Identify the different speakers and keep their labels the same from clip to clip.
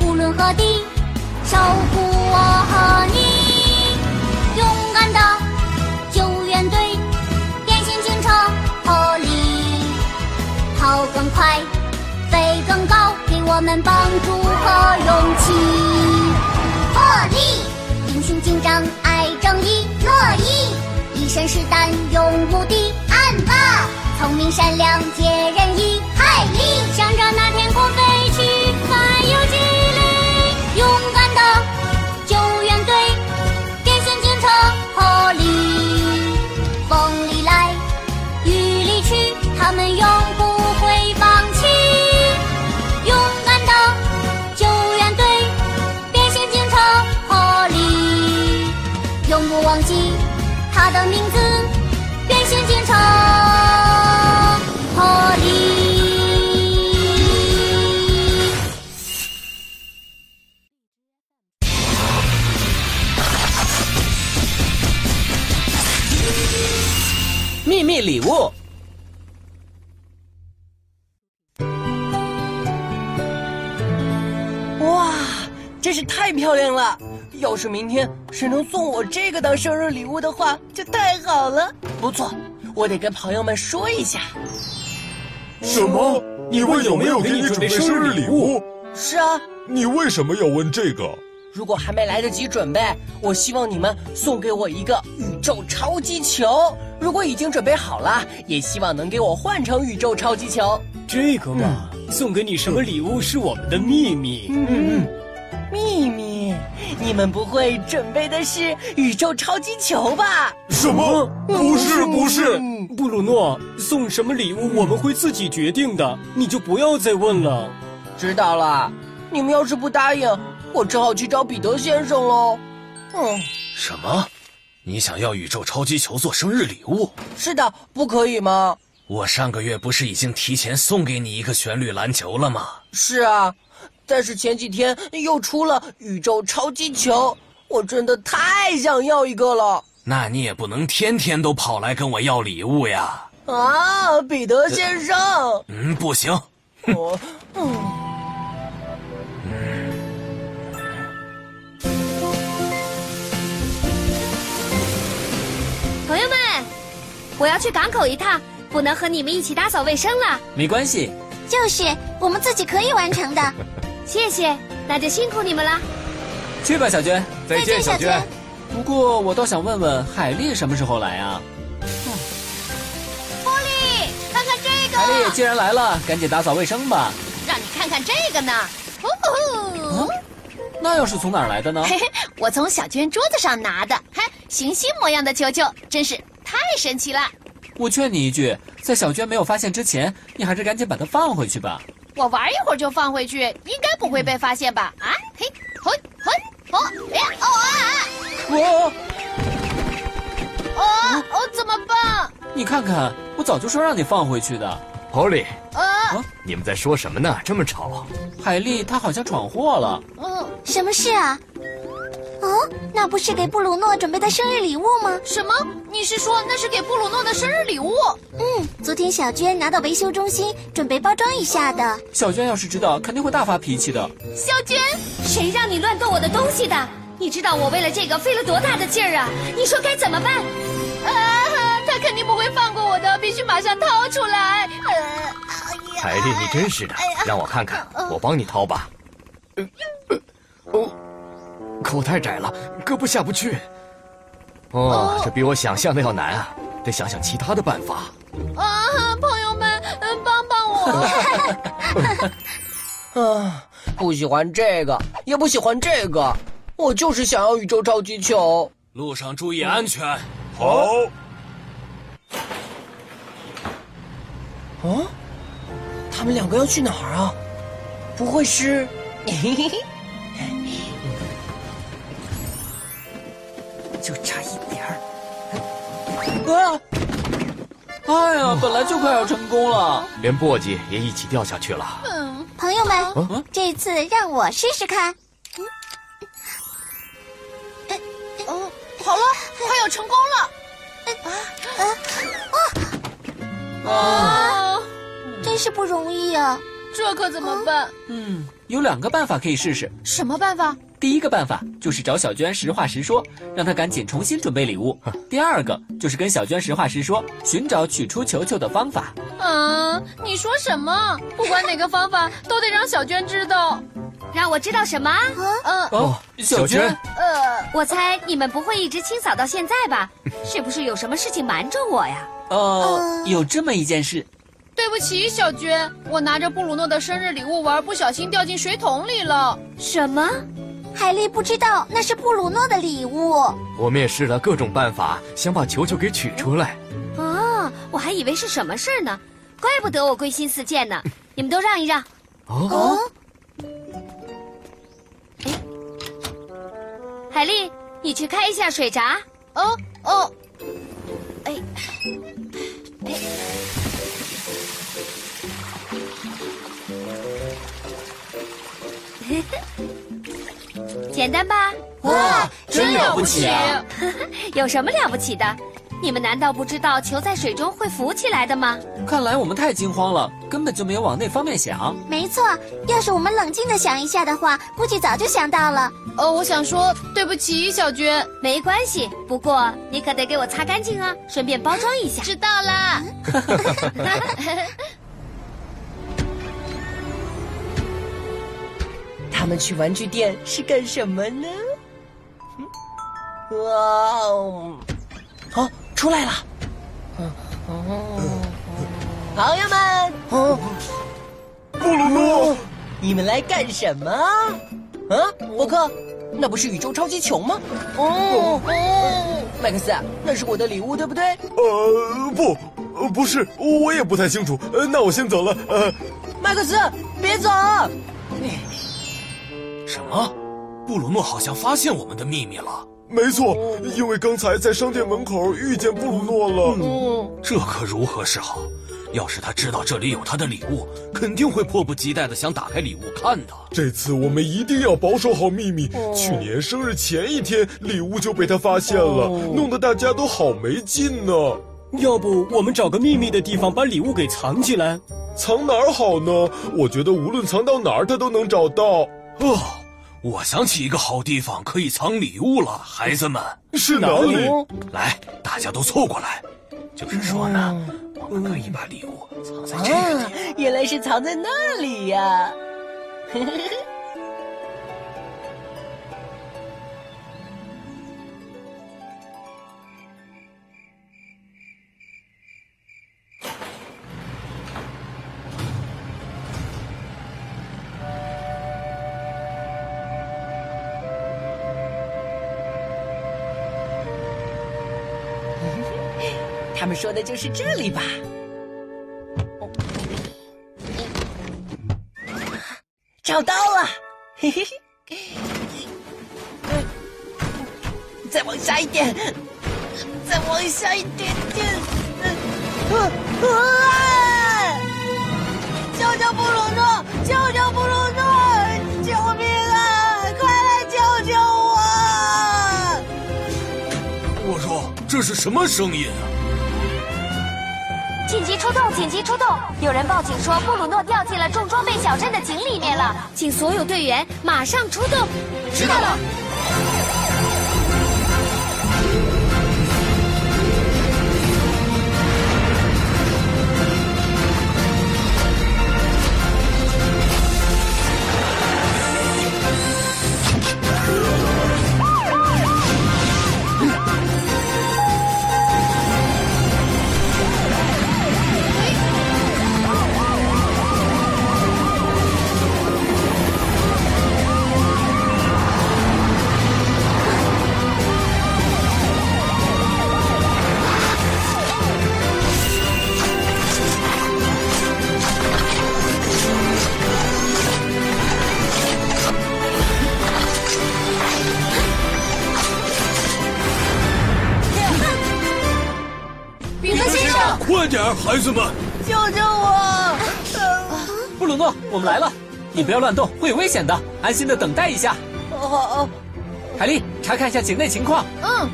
Speaker 1: 我的，守护我和你。勇敢的救援队，变形警车破例，跑更快，飞更高，给我们帮助和勇气。破例，英雄警长爱正义，乐意一身是胆勇无敌，暗霸聪明善良解人意，海力向着那天空飞去，还有激励，勇敢的救援队，变形警车破例，风里来，雨里去，他们永不会放弃，勇敢的救援队，变形警车破例。永不忘记他的名字，变形警车破例。
Speaker 2: 秘密礼物。哇，真是太漂亮了！要是明天谁能送我这个当生日礼物的话，就太好了。不错，我得跟朋友们说一下。
Speaker 3: 什么？你问有没有给你准备生日礼物？
Speaker 2: 是啊，
Speaker 3: 你为什么要问这个？
Speaker 2: 如果还没来得及准备，我希望你们送给我一个宇宙超级球。如果已经准备好了，也希望能给我换成宇宙超级球。
Speaker 4: 这个嘛，
Speaker 3: 嗯
Speaker 4: 送给你什么礼物是我们的秘密。
Speaker 2: 嗯秘密，你们不会准备的是宇宙超级球吧？
Speaker 3: 什么？不是，不是。
Speaker 4: 嗯布鲁诺，送什么礼物我们会自己决定的，你就不要再问了。
Speaker 2: 知道了，你们要是不答应，我只好去找彼得先生喽。嗯，
Speaker 5: 什么？你想要宇宙超级球做生日礼物？
Speaker 2: 是的，不可以吗？
Speaker 5: 我上个月不是已经提前送给你一个旋律篮球了吗？
Speaker 2: 是啊，但是前几天又出了宇宙超级球，我真的太想要一个了
Speaker 5: 那你也不能天天都跑来跟我要礼物呀。
Speaker 2: 啊！彼得先生，
Speaker 5: 嗯，不行，
Speaker 2: 我嗯，
Speaker 6: 朋友们，我要去港口一趟，不能和你们一起打扫卫生了。
Speaker 7: 没关系，
Speaker 1: 就是我们自己可以完成的。
Speaker 6: 谢谢，那就辛苦你们了。
Speaker 7: 去吧，小娟。
Speaker 1: 再见小娟。
Speaker 7: 不过我倒想问问海丽什么时候来啊？
Speaker 1: 玻璃，看看这
Speaker 7: 海丽既然来了，赶紧打扫卫生吧。
Speaker 6: 让你看看这个呢，
Speaker 1: 哦，
Speaker 7: 那又是从哪儿来的呢？
Speaker 6: 嘿嘿，我从小娟桌子上拿的，看行星模样的球球，真是太神奇了。
Speaker 7: 我劝你一句，在小娟没有发现之前，你还是赶紧把它放回去吧。
Speaker 6: 我玩一会儿就放回去，应该不会被发现吧？啊，嘿，嘿，嘿，哦，哎呀，哦啊
Speaker 1: 哦
Speaker 7: 我，
Speaker 6: 啊，哦哦，怎么办？
Speaker 7: 你看看，我早就说让你放回去的。
Speaker 8: Polly，
Speaker 6: 呃，
Speaker 8: 你们在说什么呢？这么吵！
Speaker 7: 海丽她好像闯祸了，
Speaker 6: 嗯，
Speaker 1: 什么事啊？哦，那不是给布鲁诺准备的生日礼物吗？
Speaker 6: 什么？你是说那是给布鲁诺的生日礼物？
Speaker 1: 嗯，昨天小娟拿到维修中心，准备包装一下的。
Speaker 7: 小娟要是知道，肯定会大发脾气的。
Speaker 6: 小娟，谁让你乱动我的东西的？你知道我为了这个费了多大的劲儿啊！你说该怎么办？啊，他肯定不会放过我的，必须马上掏出来。呃，
Speaker 8: 海丽，你真是的，让我看看，我帮你掏吧。呃呃哦，口太窄了，胳膊下不去。哦，这比我想象的要难啊，得想想其他的办法。
Speaker 6: 啊，朋友们，呃帮帮我！
Speaker 2: 啊，不喜欢这个，也不喜欢这个，我就是想要宇宙超级球。
Speaker 5: 路上注意安全。
Speaker 3: 好，
Speaker 2: 啊，他们两个要去哪儿啊？不会是？ 嘿嘿嘿，就差一点儿。啊！
Speaker 7: 哎呀，本来就快要成功了。
Speaker 8: 连簸箕也一起掉下去了。
Speaker 1: 朋友们，这次让我试试看。
Speaker 6: 好了，快要成功了！
Speaker 1: 真是不容易啊！啊
Speaker 6: 这可怎么办？
Speaker 7: 嗯，有两个办法可以试试。
Speaker 9: 什么办法？
Speaker 7: 第一个办法就是找小娟实话实说，让她赶紧重新准备礼物。第二个就是跟小娟实话实说，寻找取出球球的方法。
Speaker 9: 嗯，你说什么？不管哪个方法，都得让小娟知道。让我知道什么？嗯，
Speaker 7: 哦，
Speaker 8: 小娟
Speaker 9: 呃，我猜你们不会一直清扫到现在吧？是不是有什么事情瞒着我呀？
Speaker 7: 呃，有这么一件事，
Speaker 6: 对不起，小娟，我拿着布鲁诺的生日礼物玩，不小心掉进水桶里了。
Speaker 9: 什么？
Speaker 1: 海丽不知道那是布鲁诺的礼物。
Speaker 8: 我们也试了各种办法，想把球球给取出来。
Speaker 9: 哦，我还以为是什么事儿呢，怪不得我归心似箭呢。你们都让一让。
Speaker 8: 哦，
Speaker 9: 哎海丽，你去开一下水闸。
Speaker 6: 哦哦，
Speaker 9: 哎，哎，哎 简单吧？
Speaker 6: 哇，
Speaker 7: 真了不起啊！
Speaker 9: 有什么了不起的？你们难道不知道球在水中会浮起来的吗？
Speaker 7: 看来我们太惊慌了，根本就没有往那方面想。
Speaker 1: 没错，要是我们冷静的想一下的话，估计早就想到了。
Speaker 6: 哦，我想说对不起，小娟。
Speaker 9: 没关系，不过你可得给我擦干净啊，顺便包装一下。
Speaker 6: 知道了，
Speaker 2: 他们去玩具店是干什么呢？嗯哇哦！哦，出来了！哦，朋友们，哦，
Speaker 10: 布鲁诺，
Speaker 2: 你们来干什么？啊，沃克，那不是宇宙超级球吗？哦哦，麦克斯，那是我的礼物，对不对？
Speaker 10: 呃，不，呃不是，我也不太清楚。呃，那我先走了。呃，
Speaker 2: 麦克斯，别走！
Speaker 5: 什么？布鲁诺好像发现我们的秘密了，
Speaker 10: 没错，因为刚才在商店门口遇见布鲁诺了。
Speaker 5: 嗯这可如何是好？要是他知道这里有他的礼物，肯定会迫不及待的想打开礼物看的。
Speaker 10: 这次我们一定要保守好秘密。去年生日前一天，礼物就被他发现了，弄得大家都好没劲呢、
Speaker 4: 要不我们找个秘密的地方把礼物给藏起来？
Speaker 10: 藏哪儿好呢？我觉得无论藏到哪儿，他都能找到。
Speaker 5: 哦，我想起一个好地方可以藏礼物了，孩子们，
Speaker 10: 是哪里？
Speaker 5: 来，大家都凑过来。就是说呢，我们可以把礼物藏在这个
Speaker 2: 啊，
Speaker 5: 地
Speaker 2: 原来是藏在那里呀、 他们说的就是这里吧？找到了，嘿嘿嘿。嗯 再往下一点，再往下一点点。 嗯啊啊！救救布鲁诺！救救布鲁诺！救命啊！快来救救我！
Speaker 5: 我说这是什么声音啊？
Speaker 9: 紧急出动！紧急出动！有人报警说布鲁诺掉进了重装备小镇的井里面了，请所有队员马上出动。知道了。
Speaker 6: 彼得先生，
Speaker 5: 快点儿，孩子们！
Speaker 2: 救救我！
Speaker 7: 布鲁诺，我们来了，你不要乱动，会有危险的，安心的等待一下。
Speaker 2: 哦
Speaker 7: 海丽，查看一下井内情况。
Speaker 6: 嗯，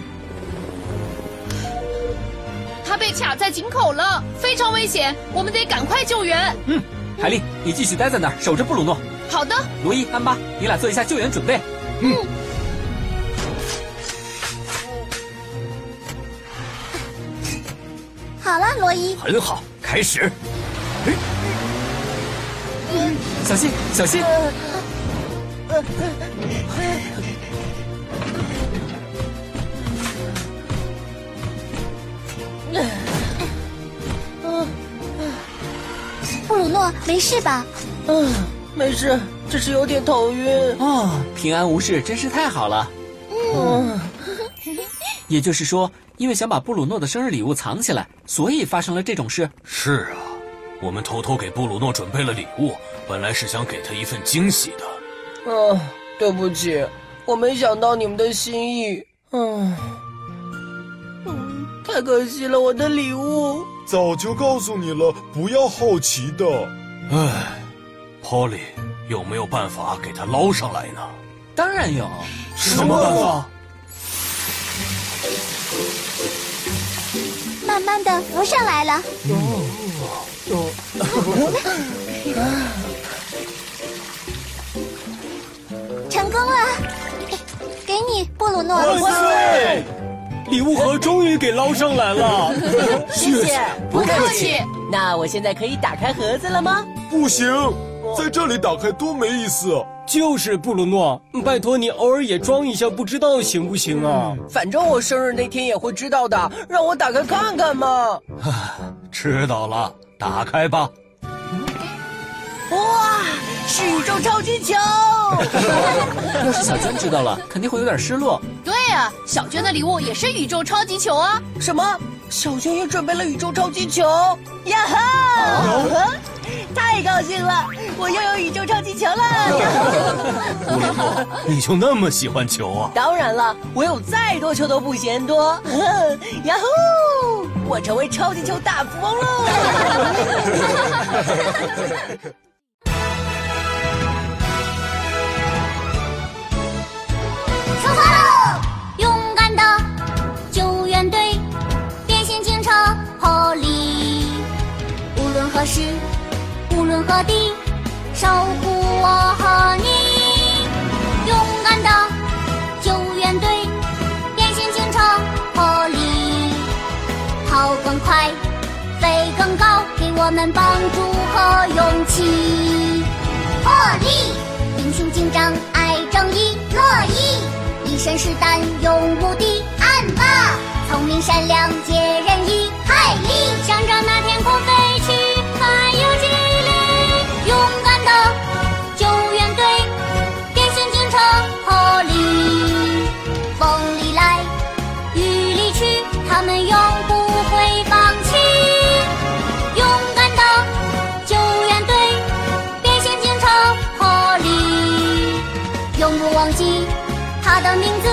Speaker 6: 他被卡在井口了，非常危险，我们得赶快救援。
Speaker 7: 嗯，海丽，你继续待在那儿守着布鲁诺。
Speaker 6: 好的，
Speaker 7: 罗伊、安巴，你俩做一下救援准备。
Speaker 1: 好了，罗伊，
Speaker 8: 很好，开始。
Speaker 7: 小心，小心！
Speaker 1: 布鲁诺，没事吧？
Speaker 2: 嗯，没事，只是有点头晕。
Speaker 7: 哦，平安无事真是太好了。
Speaker 2: 嗯，
Speaker 7: 也就是说，因为想把布鲁诺的生日礼物藏起来，所以发生了这种事。
Speaker 5: 是啊，我们偷偷给布鲁诺准备了礼物，本来是想给他一份惊喜的。
Speaker 2: 嗯，对不起，我没想到你们的心意。嗯，嗯，太可惜了，我的礼物。
Speaker 10: 早就告诉你了，不要好奇的。
Speaker 5: 唉，Polly 有没有办法给他捞上来呢？
Speaker 7: 当然有，
Speaker 5: 什么办法？
Speaker 1: 慢慢的浮上来了。 成功了，给你，布鲁诺。
Speaker 4: 哇
Speaker 7: 啊
Speaker 4: 塞！礼物盒终于给捞上来了，
Speaker 2: 谢谢，
Speaker 9: 不客气。
Speaker 2: 那我现在可以打开盒子了吗？
Speaker 10: 不行，在这里打开多没意思。啊
Speaker 4: 就是布鲁诺，拜托你偶尔也装一下，不知道行不行啊？
Speaker 5: 嗯
Speaker 2: 反正我生日那天也会知道的，让我打开看看嘛。
Speaker 5: 知道了，打开吧。
Speaker 2: 哇，是宇宙超级球！
Speaker 7: 要是小娟知道了，肯定会有点失落。
Speaker 6: 对啊，小娟的礼物也是宇宙超级球啊！
Speaker 2: 什么？小娟也准备了宇宙超级球？呀
Speaker 9: 啊
Speaker 2: 哈！ 太高兴了，我又有宇宙超级球了！
Speaker 5: 布鲁诺，你就那么喜欢球啊？
Speaker 2: 当然了，我有再多球都不嫌多。 呀呼！我成为超级球大富翁喽！
Speaker 1: 出发喽！勇敢的救援队，变形警车破例，无论何时，无论何地，守护我和你。勇敢的救援队，变形警车破例，跑更快，飞更高，给我们帮助和勇气。破例，英雄警长爱正义，乐意一身是胆勇无敌，暗霸聪明善良解人意，海力想着那天空飞去，还有几里，勇敢的救援队，变形警车破例，风里来雨里去，他们永不会放弃，勇敢的救援队。变形警车破例，永不忘记他的名字，